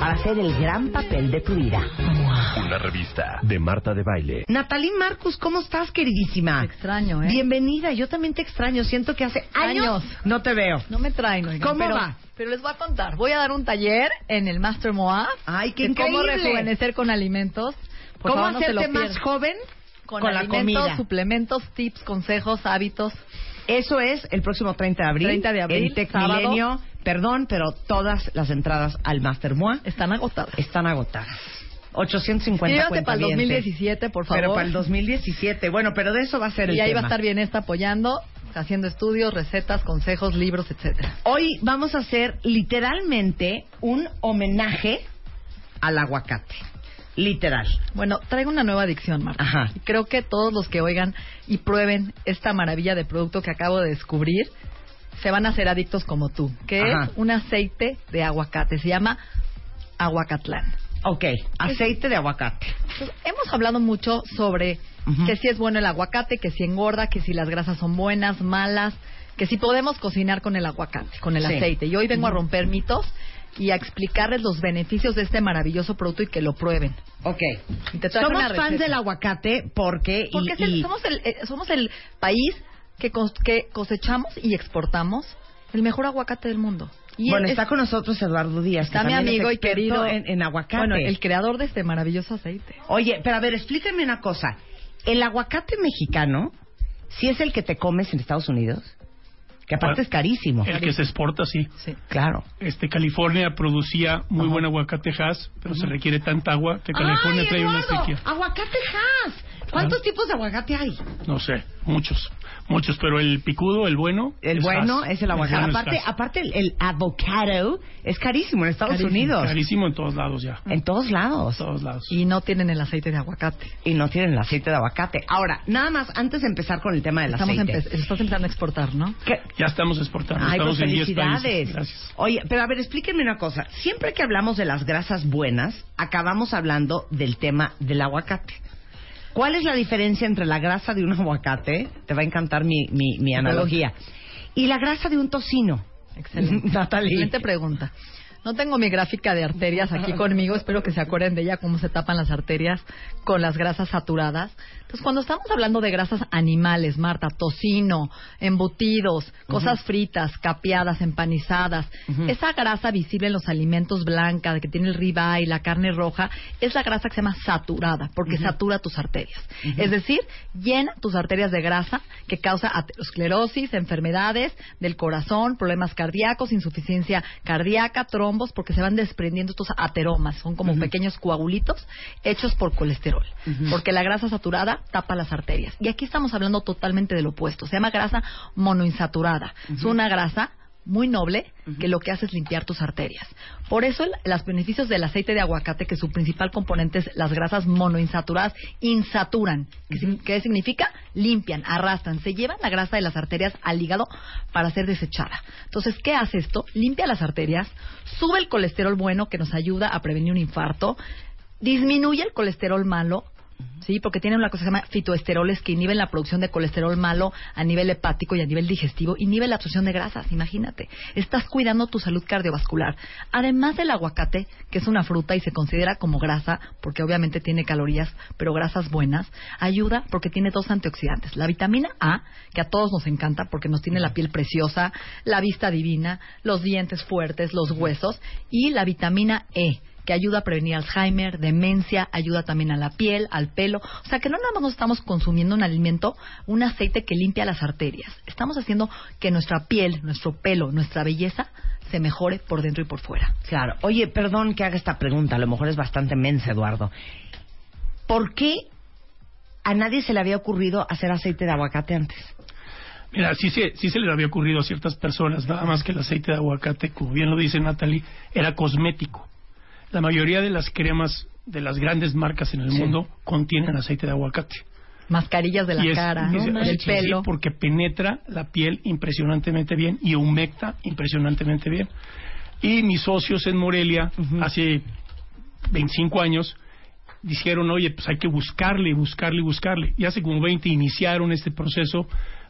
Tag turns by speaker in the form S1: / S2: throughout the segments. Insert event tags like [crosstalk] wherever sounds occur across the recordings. S1: para hacer el gran papel de tu vida.
S2: Una revista de Marta de Baile.
S1: Natalie Marcus, ¿cómo estás, queridísima?
S3: Extraño, ¿eh?
S1: Bienvenida, yo también te extraño. Siento que hace años,
S3: Años.
S1: no te veo.
S3: No me traen. oigan,
S1: ¿Cómo
S3: pero,
S1: va?
S3: Pero les voy a contar. Voy a dar un taller en el Master Moa.
S1: Ay, qué
S3: de cómo
S1: increíble.
S3: rejuvenecer con alimentos. Por
S1: ¿Cómo
S3: favor, no se lo
S1: hacerte más
S3: pierdan.
S1: joven con,
S3: Con,
S1: la
S3: alimentos,
S1: comida?
S3: suplementos, tips, consejos, hábitos.
S1: Eso es el próximo 30 de abril.
S3: 30 de abril,
S1: En Tec
S3: sábado.
S1: Milenio. Perdón, pero todas las entradas al Master Moa
S3: Están agotadas.
S1: están agotadas. 850
S3: Llévate para el
S1: cuentavientes.
S3: 2017, por favor.
S1: Pero para el 2017. Bueno, pero de eso va a ser el
S3: y ahí va a
S1: tema.
S3: estar bien esta apoyando, haciendo estudios, recetas, consejos, libros, etcétera.
S1: Hoy vamos a hacer literalmente un homenaje al aguacate. Literal.
S3: Bueno, traigo una nueva adicción, Marta.
S1: Ajá.
S3: Creo que todos los que oigan y prueben esta maravilla de producto que acabo de descubrir se van a hacer adictos como tú, que
S1: Ajá.
S3: es un aceite de aguacate. Se llama aguacatlán.
S1: Ok, aceite de aguacate.
S3: Entonces, hemos hablado mucho sobre
S1: Ujú.
S3: que si es bueno el aguacate, que si engorda, que si las grasas son buenas, malas, que si podemos cocinar con el aguacate, con el
S1: Sí.
S3: aceite. Y hoy vengo a romper mitos y a explicarles los beneficios de este maravilloso producto y que lo prueben.
S1: Ok.
S3: Y te traigo una
S1: Somos fans
S3: receta.
S1: del aguacate porque...
S3: Porque
S1: y-
S3: es el-
S1: y-
S3: somos, el, eh, somos el país que, cons- que cosechamos y exportamos el mejor aguacate del mundo. Y
S1: bueno,
S3: es-
S1: está con nosotros Eduardo Díaz.
S3: está
S1: que
S3: mi
S1: también es
S3: amigo y
S1: experto
S3: querido.
S1: En, en aguacate.
S3: Bueno, el creador de este maravilloso aceite.
S1: Oye, pero a ver, explícame una cosa. ¿El aguacate mexicano, si es el que te comes en Estados Unidos? Que aparte
S4: Bueno,
S1: es carísimo.
S4: El que se exporta, sí.
S3: Sí.
S1: Claro.
S4: Este, California producía muy
S1: Ajá.
S4: buen aguacate Hass, pero se requiere tanta agua que California
S1: ¡Ay,
S4: trae una
S1: Eduardo!
S4: sequía.
S1: ¡Aguacate Hass! ¿Cuántos
S4: Ah.
S1: tipos de aguacate hay?
S4: No sé, muchos, muchos, pero el picudo, el bueno.
S1: El
S4: es
S1: bueno
S4: Hass.
S1: es el aguacate.
S4: bueno es
S1: aparte,
S4: Hass.
S1: aparte el, el avocado es carísimo en Estados
S3: Carísimo,
S1: Unidos.
S4: Carísimo en todos lados ya.
S1: En todos
S4: En
S1: lados.
S4: todos lados.
S3: Y no tienen el aceite de aguacate.
S1: Y no tienen el aceite de aguacate. Ahora, nada más, antes de empezar con el tema del
S3: Estamos
S1: aceite.
S3: empe- estás empezando a exportar, ¿no?
S1: ¿Qué-
S4: Ya estamos exportando.
S1: Ay,
S4: estamos
S1: pues
S4: en 10
S1: felicidades.
S4: países. Gracias.
S1: Oye, pero a ver, explíquenme una cosa. Siempre que hablamos de las grasas buenas, acabamos hablando del tema del aguacate. ¿Cuál es la diferencia entre la grasa de un aguacate? Te va a encantar mi, mi, mi analogía. Y la grasa de un tocino.
S3: Excelente.
S1: Natalie.
S3: Excelente pregunta. No tengo mi gráfica de arterias aquí conmigo, espero que se acuerden de ella, cómo se tapan las arterias con las grasas saturadas. Entonces, cuando estamos hablando de grasas animales, Marta, tocino, embutidos, cosas fritas, capeadas, empanizadas, esa grasa visible en los alimentos blanca, que tiene el ribeye, la carne roja, es la grasa que se llama saturada, porque satura tus arterias. Es decir, llena tus arterias de grasa que causa aterosclerosis, enfermedades del corazón, problemas cardíacos, insuficiencia cardíaca, trombos, porque se van desprendiendo estos ateromas, son como pequeños coagulitos hechos por colesterol, porque la grasa saturada tapa las arterias. Y aquí estamos hablando totalmente del opuesto, se llama grasa monoinsaturada, es una grasa muy noble que lo que hace es limpiar tus arterias. Por eso el- los beneficios del aceite de aguacate, que su principal componente es las grasas monoinsaturadas, insaturan. que sig- ¿Qué significa? Limpian, arrastran, se llevan la grasa de las arterias al hígado para ser desechada. Entonces, ¿qué hace esto? Limpia las arterias, sube el colesterol bueno que nos ayuda a prevenir un infarto, disminuye el colesterol malo, ¿sí? Porque tienen una cosa que se llama fitoesteroles que inhiben la producción de colesterol malo a nivel hepático y a nivel digestivo, inhiben la absorción de grasas, imagínate. Estás cuidando tu salud cardiovascular. Además del aguacate, que es una fruta y se considera como grasa, porque obviamente tiene calorías, pero grasas buenas, ayuda porque tiene dos antioxidantes. La vitamina A, que a todos nos encanta porque nos tiene la piel preciosa, la vista divina, los dientes fuertes, los huesos, y la vitamina E, que ayuda a prevenir Alzheimer, demencia, ayuda también a la piel, al pelo. O sea, que no nada más nos estamos consumiendo un alimento, un aceite que limpia las arterias. Estamos haciendo que nuestra piel, nuestro pelo, nuestra belleza se mejore por dentro y por fuera.
S1: Claro. Oye, perdón que haga esta pregunta, a lo mejor es bastante mensa, Eduardo. ¿Por qué a nadie se le había ocurrido hacer aceite de aguacate antes?
S4: Mira, sí se, sí se les había ocurrido a ciertas personas, nada más que el aceite de aguacate, como bien lo dice Natalie, era cosmético. La mayoría de las cremas de las grandes marcas en el
S3: Sí.
S4: mundo contienen aceite de aguacate.
S3: Mascarillas de la
S4: Y es-
S3: cara,
S4: y
S3: ¿no?
S4: es-
S3: del
S4: sí,
S3: pelo.
S4: porque penetra la piel impresionantemente bien y humecta impresionantemente bien. Y mis socios en Morelia, hace 25 años, dijeron, oye, pues hay que buscarle, buscarle, buscarle. Y hace como 20 iniciaron este proceso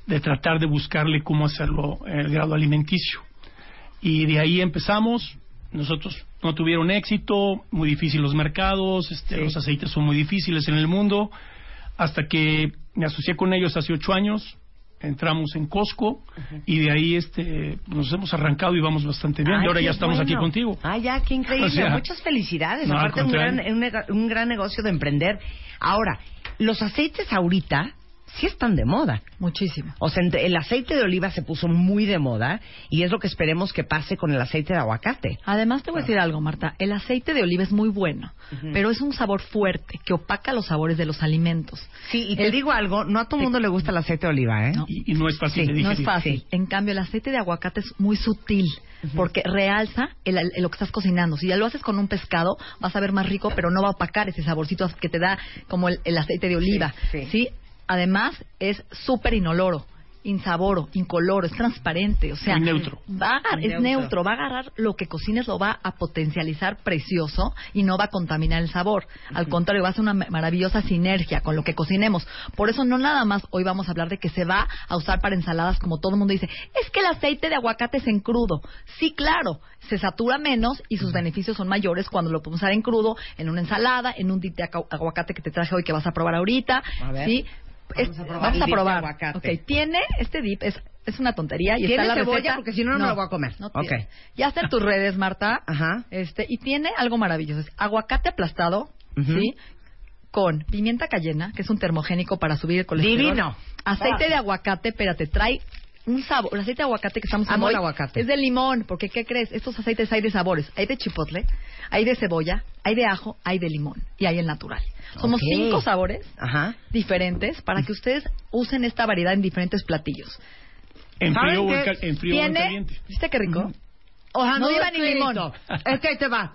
S4: de tratar de buscarle cómo hacerlo en el grado alimenticio. Y de ahí empezamos. Nosotros no tuvieron éxito, muy difícil los mercados, este, los aceites son muy difíciles en el mundo hasta que me asocié con ellos hace ocho años. Entramos en Costco y de ahí este nos hemos arrancado y vamos bastante bien.
S1: Ay,
S4: y ahora
S1: qué
S4: ya estamos aquí
S1: bueno.
S4: contigo.
S1: Ah, ya, qué increíble.
S4: [laughs] O sea,
S1: Muchas felicidades.
S4: no, al
S1: Aparte, un gran,
S4: contrario.
S1: un, neg- un gran negocio de emprender. Ahora, los aceites ahorita sí están de moda.
S3: Muchísimo.
S1: O sea, entre- el aceite de oliva se puso muy de moda y es lo que esperemos que pase con el aceite de aguacate.
S3: Además, te voy a decir algo, Marta. El aceite de oliva es muy bueno, pero es un sabor fuerte que opaca los sabores de los alimentos.
S1: Sí, y te
S3: El-
S1: digo algo, no a todo el mundo le gusta el aceite de oliva, ¿eh?
S3: No.
S4: Y, y no es fácil
S1: Sí,
S4: de
S3: No
S4: digerir.
S3: es fácil.
S1: sí.
S3: En cambio, el aceite de aguacate es muy sutil porque realza el- el- lo que estás cocinando. Si ya lo haces con un pescado, vas a ver más rico, pero no va a opacar ese saborcito que te da como el, el aceite de oliva.
S1: sí.
S3: ¿sí? Además, es súper inoloro, insaboro, incoloro, es transparente. O sea,
S4: Muy neutro.
S3: va a agar- es
S1: Neutro.
S3: neutro, va a agarrar lo que cocines, lo va a potencializar precioso y no va a contaminar el sabor. Al contrario, va a ser una ma- maravillosa sinergia con lo que cocinemos. Por eso no nada más hoy vamos a hablar de que se va a usar para ensaladas, como todo el mundo dice, es que el aceite de aguacate es en crudo. Sí, claro, se satura menos y sus beneficios son mayores cuando lo podemos usar en crudo, en una ensalada, en un dip de aca- aguacate que te traje hoy que vas a probar ahorita.
S1: A ver.
S3: ¿sí?
S1: Vamos
S3: Es-
S1: a probar el
S3: vamos a
S1: dip de
S3: probar.
S1: aguacate.
S3: Ok, tiene este dip es es una tontería y
S1: ¿Tiene
S3: está la
S1: cebolla?
S3: receta.
S1: Porque si no, no me lo voy a comer. Ok.
S3: tiene. Ya está en tus redes, Marta.
S1: [laughs] Ajá.
S3: Este, y tiene algo maravilloso. Es aguacate aplastado,
S1: Ujú.
S3: ¿sí? Con pimienta cayena, que es un termogénico para subir el colesterol.
S1: Divino.
S3: Aceite
S1: Ah.
S3: de aguacate, espérate, trae un sabor. El aceite de aguacate que estamos usando
S1: Amo el
S3: hoy
S1: aguacate.
S3: Es de limón, porque ¿qué crees? Estos aceites hay de sabores. Hay de chipotle, hay de cebolla, hay de ajo, hay de limón y hay el natural. Somos
S1: Ok.
S3: cinco sabores
S1: Ajá.
S3: diferentes para que ustedes usen esta variedad en diferentes platillos.
S4: En
S1: ¿Saben
S4: frío, o en,
S1: qué?
S4: cal- en frío o en
S3: Tiene,
S4: caliente.
S3: ¿viste qué rico?
S1: O sea, no,
S3: No
S1: iba ni
S3: escrito.
S1: [laughs] limón. Es que ahí te va.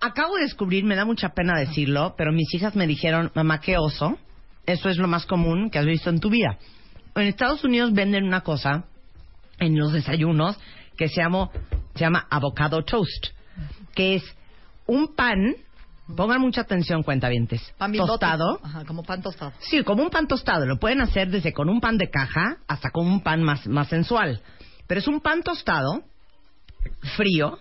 S1: Acabo de descubrir, me da mucha pena decirlo, pero mis hijas me dijeron, mamá, qué oso. Eso es lo más común que has visto en tu vida. En Estados Unidos venden una cosa en los desayunos que se llama, se llama avocado toast, que es un pan, pongan mucha atención, cuentavientes,
S3: Pan bilote.
S1: tostado.
S3: Ajá, como pan tostado.
S1: Sí, como un pan tostado. Lo pueden hacer desde con un pan de caja hasta con un pan más, más sensual. Pero es un pan tostado, frío,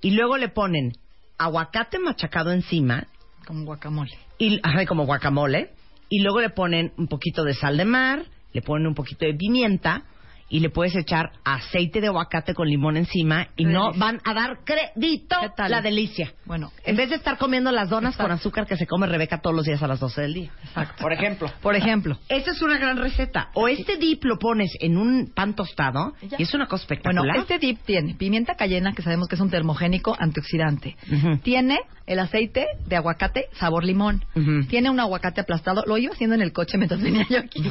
S1: y luego le ponen aguacate machacado encima,
S3: Como guacamole.
S1: y, ajá, como guacamole, y luego le ponen un poquito de sal de mar, le ponen un poquito de pimienta, y le puedes echar aceite de aguacate con limón encima, y no
S3: Delicia.
S1: van a dar crédito
S3: ¿Qué tal?
S1: la delicia.
S3: Bueno,
S1: En vez de estar comiendo las donas
S3: Exacto.
S1: con azúcar que se come Rebeca todos los días a las 12 del día.
S3: Exacto.
S1: Por ejemplo.
S3: Por ejemplo.
S1: Esa es una gran receta. O este dip lo pones en un pan tostado
S3: Ya.
S1: y es una cosa
S3: Bueno,
S1: espectacular.
S3: este dip tiene pimienta cayena, que sabemos que es un termogénico antioxidante.
S1: Ujú.
S3: Tiene el aceite de aguacate sabor limón.
S1: Ujú.
S3: Tiene un aguacate aplastado. Lo iba haciendo en el coche mientras venía
S1: [laughs]
S3: yo aquí.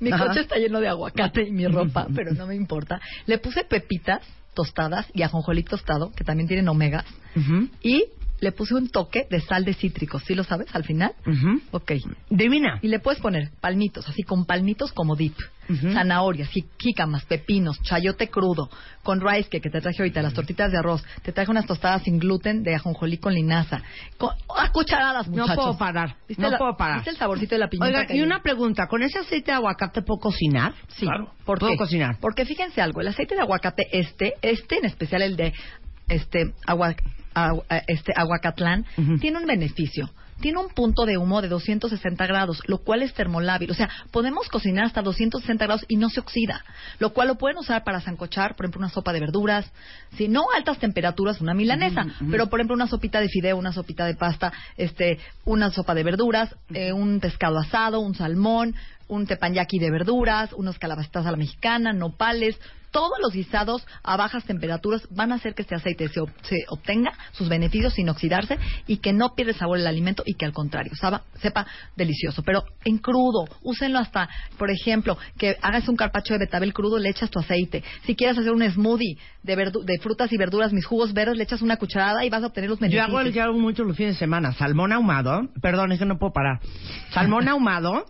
S3: mi
S1: Ajá.
S3: coche está lleno de aguacate y mi ropa, pero no me importa. Le puse pepitas tostadas y ajonjolí tostado, que también tienen omegas.
S1: Ujú,
S3: Y le puse un toque de sal de cítricos. ¿Sí lo sabes al final?
S1: ujú.
S3: Ok.
S1: Divina.
S3: Y le puedes poner palmitos, así con palmitos como dip,
S1: Ujú.
S3: zanahorias, jí- jícamas, pepinos, chayote crudo, con rice cake que te traje ahorita, las tortitas de arroz, te traje unas tostadas sin gluten de ajonjolí con linaza, con, a cucharadas,
S1: No
S3: muchachos.
S1: puedo parar,
S3: ¿Viste
S1: no
S3: la-
S1: puedo parar.
S3: ¿Viste el saborcito de la pimienta?
S1: Oiga, y
S3: cayena?
S1: una pregunta. ¿Con ese aceite de aguacate puedo cocinar?
S3: Sí,
S4: Claro.
S3: ¿por
S1: Puedo
S3: qué?
S1: cocinar.
S3: Porque fíjense algo, el aceite de aguacate este, este en especial el de este agua, agua- este aguacatlán,
S1: Ujú.
S3: tiene un beneficio. Tiene un punto de humo de 260 grados, lo cual es termolábil. O sea, podemos cocinar hasta 260 grados y no se oxida, lo cual lo pueden usar para zancochar, por ejemplo, una sopa de verduras, si no a altas temperaturas, una milanesa, pero por ejemplo, una sopita de fideo, una sopita de pasta, este, una sopa de verduras, eh, un pescado asado, un salmón, un tepanyaki de verduras, unas calabacitas a la mexicana, nopales, todos los guisados a bajas temperaturas van a hacer que este aceite se, ob- se obtenga sus beneficios sin oxidarse y que no pierda sabor el alimento y que al contrario saba- sepa delicioso. Pero en crudo, úsenlo hasta, por ejemplo, que hagas un carpacho de betabel crudo, le echas tu aceite. Si quieres hacer un smoothie de, verdu- de frutas y verduras, mis jugos verdes, le echas una cucharada y vas a obtener los
S1: Yo
S3: beneficios.
S1: hago, yo hago mucho los fines de semana. Salmón ahumado. Perdón, es que no puedo parar.
S3: [laughs]
S1: Salmón ahumado,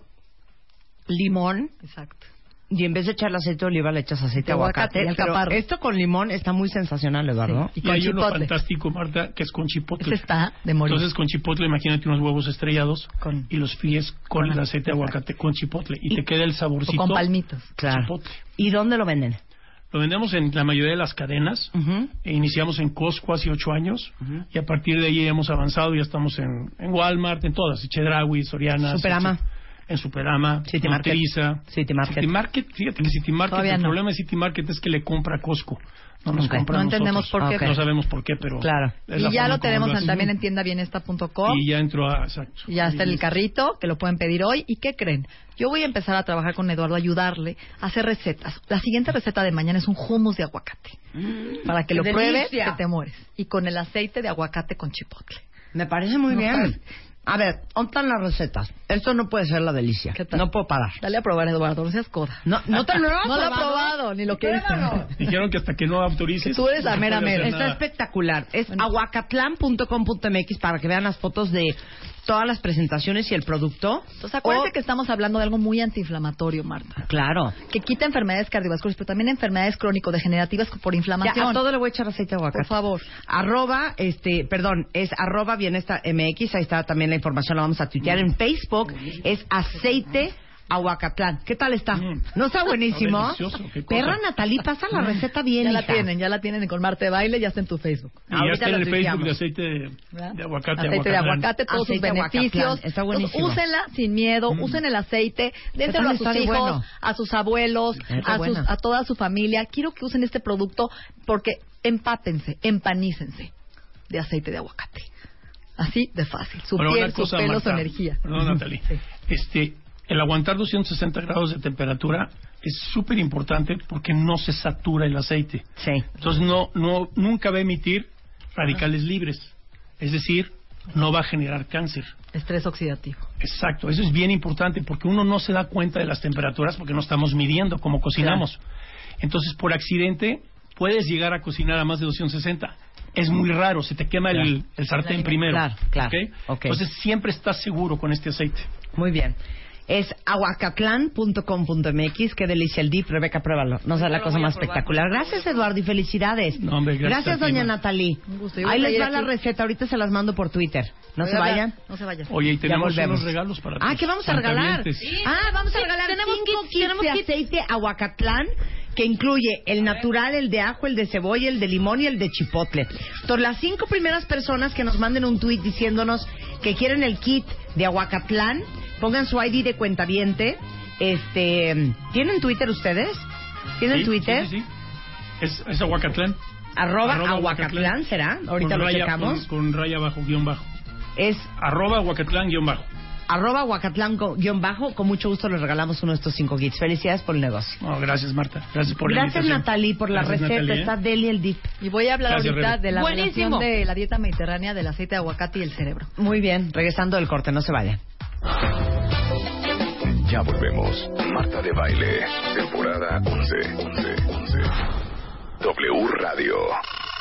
S1: limón,
S3: Exacto.
S1: y en vez de echarle aceite de oliva le echas aceite de
S3: De aguacate
S1: aguacate.
S3: y
S1: pero
S3: alcaparra.
S1: esto con limón está muy sensacional, Eduardo.
S3: Sí. Y
S4: Y,
S3: con
S4: hay uno
S3: chipotle.
S4: fantástico, Marta, que es con chipotle.
S3: Ese está de morir.
S4: Entonces con chipotle imagínate unos huevos estrellados
S3: Con-
S4: y los fríes con el aceite de aguacate con chipotle y, te queda el
S3: o
S4: saborcito.
S3: con palmitos.
S1: Claro.
S4: Chipotle.
S1: ¿Y dónde lo venden?
S4: Lo vendemos en la mayoría de las cadenas.
S1: Ujú.
S4: E iniciamos en Costco hace ocho años y a partir de ahí hemos avanzado. Ya estamos en, en Walmart, en todas, en Chedraui, Soriana,
S1: Superama.
S4: en Chi- en Superama,
S1: City Market.
S4: Nutriza,
S1: City Market.
S4: City Market, fíjate que City Market,
S3: Todavía
S4: el
S3: no.
S4: problema de City Market es que le compra a Costco. No nos
S1: Ok.
S4: compra a
S3: No entendemos
S4: nosotros. Ah,
S1: por qué.
S4: No sabemos por qué, pero.
S1: Claro.
S4: es la
S3: y ya
S4: forma
S3: lo
S4: como
S3: tenemos
S4: hacen.
S3: también en tiendabienesta.com.
S4: Y ya entró a. Exacto.
S3: Y Ya está en
S4: Y-
S3: el carrito, que lo pueden pedir hoy. ¿Y qué creen? Yo voy a empezar a trabajar con Eduardo, a ayudarle a hacer recetas. La siguiente receta de mañana es un hummus de aguacate. Para que
S1: ¡Qué
S3: lo pruebes,
S1: delicia!
S3: que te mueres. Y con el aceite de aguacate con chipotle.
S1: Me parece muy
S3: No
S1: bien.
S3: sabes.
S1: A ver, ontan las recetas. Esto no puede ser la delicia.
S3: ¿Qué tal?
S1: No puedo parar.
S3: Dale a probar, Eduardo, no seas coda.
S1: No, no te lo he probado.
S3: [laughs] No lo he probado, ni lo que
S1: Pruébalo.
S3: dicen.
S4: Dijeron que hasta que no
S3: Que
S4: autorices.
S3: tú eres la
S4: no
S3: mera
S4: puede
S3: mera.
S4: hacer
S1: Está
S4: nada.
S1: espectacular. Es
S3: Bueno.
S1: aguacatlan.com.mx para que vean las fotos de todas las presentaciones y el producto.
S3: Entonces, acuérdense
S1: O-
S3: que estamos hablando de algo muy antiinflamatorio, Marta.
S1: Claro.
S3: Que quita enfermedades cardiovasculares, pero también enfermedades crónico-degenerativas por inflamación.
S1: Ya, a todo le voy a echar aceite de aguacate.
S3: Por favor.
S1: Arroba, este, perdón, es arroba bienestar MX. Ahí está también la información, la vamos a tuitear en Facebook. Es aceite aguacatlán. ¿Qué tal está?
S4: Mm.
S1: ¿No está buenísimo?
S4: Está delicioso, qué cosa.
S1: Perra Natalí, pasa la receta bien,
S3: ya la
S1: hija.
S3: tienen, ya la tienen con Marte de Baile, ya está en tu Facebook.
S4: Y ya
S1: Ahorita
S4: está en
S1: lo
S4: el Facebook
S1: tuiteamos.
S4: de aceite de,
S3: ¿verdad?
S4: de aguacate.
S3: Aceite de
S4: aguacatlán.
S3: aguacate, todos
S1: Aceite de
S3: sus beneficios.
S1: aguacatlán, está
S3: Entonces,
S1: buenísimo.
S3: úsenla sin miedo, usen el aceite,
S1: tal
S3: dénselo a sus
S1: está de
S3: hijos,
S1: bueno?
S3: a sus abuelos,
S1: Está
S3: a, sus-
S1: buena.
S3: a toda su familia. Quiero que usen este producto porque empápense, empanícense de aceite de aguacate. Así de fácil. Su
S4: Ahora,
S3: piel,
S4: una
S3: sus
S4: cosa,
S3: pelos, su
S4: Marta.
S3: energía.
S4: Perdón, Natalie. Este, el aguantar 260 grados de temperatura es súper importante porque no se satura el aceite.
S1: Sí.
S4: Entonces, no, no, nunca va a emitir radicales libres. Es decir, no va a generar cáncer.
S3: Estrés oxidativo.
S4: Exacto, eso es bien importante porque uno no se da cuenta de las temperaturas porque no estamos midiendo cómo cocinamos. Entonces, por accidente, puedes llegar a cocinar a más de 260. Es muy raro, se te quema el, el sartén primero.
S1: Claro, claro.
S4: ¿ok?
S1: Ok.
S4: Entonces, siempre estás seguro con este aceite.
S1: Muy bien. Es aguacatlán.com.mx. Qué delicia el dip. Rebeca, pruébalo. No sea la cosa más espectacular. Gracias, Eduardo, y felicidades.
S4: No, hombre, gracias a ti,
S1: doña
S4: ma.
S1: Natalí.
S3: Un gusto. Yo
S1: Ahí
S3: voy a
S1: les
S3: ir
S1: va la
S3: aquí.
S1: receta. Ahorita se las mando por Twitter. No se
S3: Oiga,
S1: vayan.
S3: No se vayan.
S4: Oye, y tenemos
S1: volvemos.
S4: unos regalos para ti.
S1: Ah, ¿qué vamos a regalar?
S4: Cuentavientes.
S1: Ah, vamos a regalar
S5: tenemos
S1: cinco
S5: kits,
S1: kits
S5: tenemos
S1: de
S5: kits.
S1: aceite aguacatlán que incluye el natural, el de ajo, el de cebolla, el de limón y el de chipotle. Entonces, las cinco primeras personas que nos manden un tuit diciéndonos que quieren el kit de aguacatlán, pongan su ID de cuentaviente. Este, ¿Tienen Twitter ustedes? ¿Tienen
S4: Sí,
S1: Twitter?
S4: sí, sí, sí. Es, es Aguacatlán.
S1: Arroba,
S4: Arroba
S1: aguacatlán,
S4: aguacatlán.
S1: ¿será? Ahorita
S4: Con
S1: lo
S4: raya-
S1: checamos.
S4: Con, con raya bajo, guión bajo.
S1: Es
S4: Arroba Aguacatlán, guión bajo.
S1: arroba aguacatlán co- guión bajo. Con mucho gusto les regalamos uno de estos cinco kits. Felicidades por el negocio.
S4: No, gracias, Marta. Gracias por la
S1: Gracias
S4: invitación.
S1: Natalie por la
S4: Gracias,
S1: receta,
S4: Natalie, ¿eh?
S1: está Deli el Dip.
S3: Y voy a hablar
S4: Gracias,
S3: ahorita
S4: Rebe.
S3: de la
S1: Buenísimo.
S3: relación de la dieta mediterránea, del aceite de aguacate y el cerebro.
S1: Muy bien, regresando del corte, no se vaya.
S6: Ya volvemos. Marta de Baile, temporada 11. 11, 11. W Radio.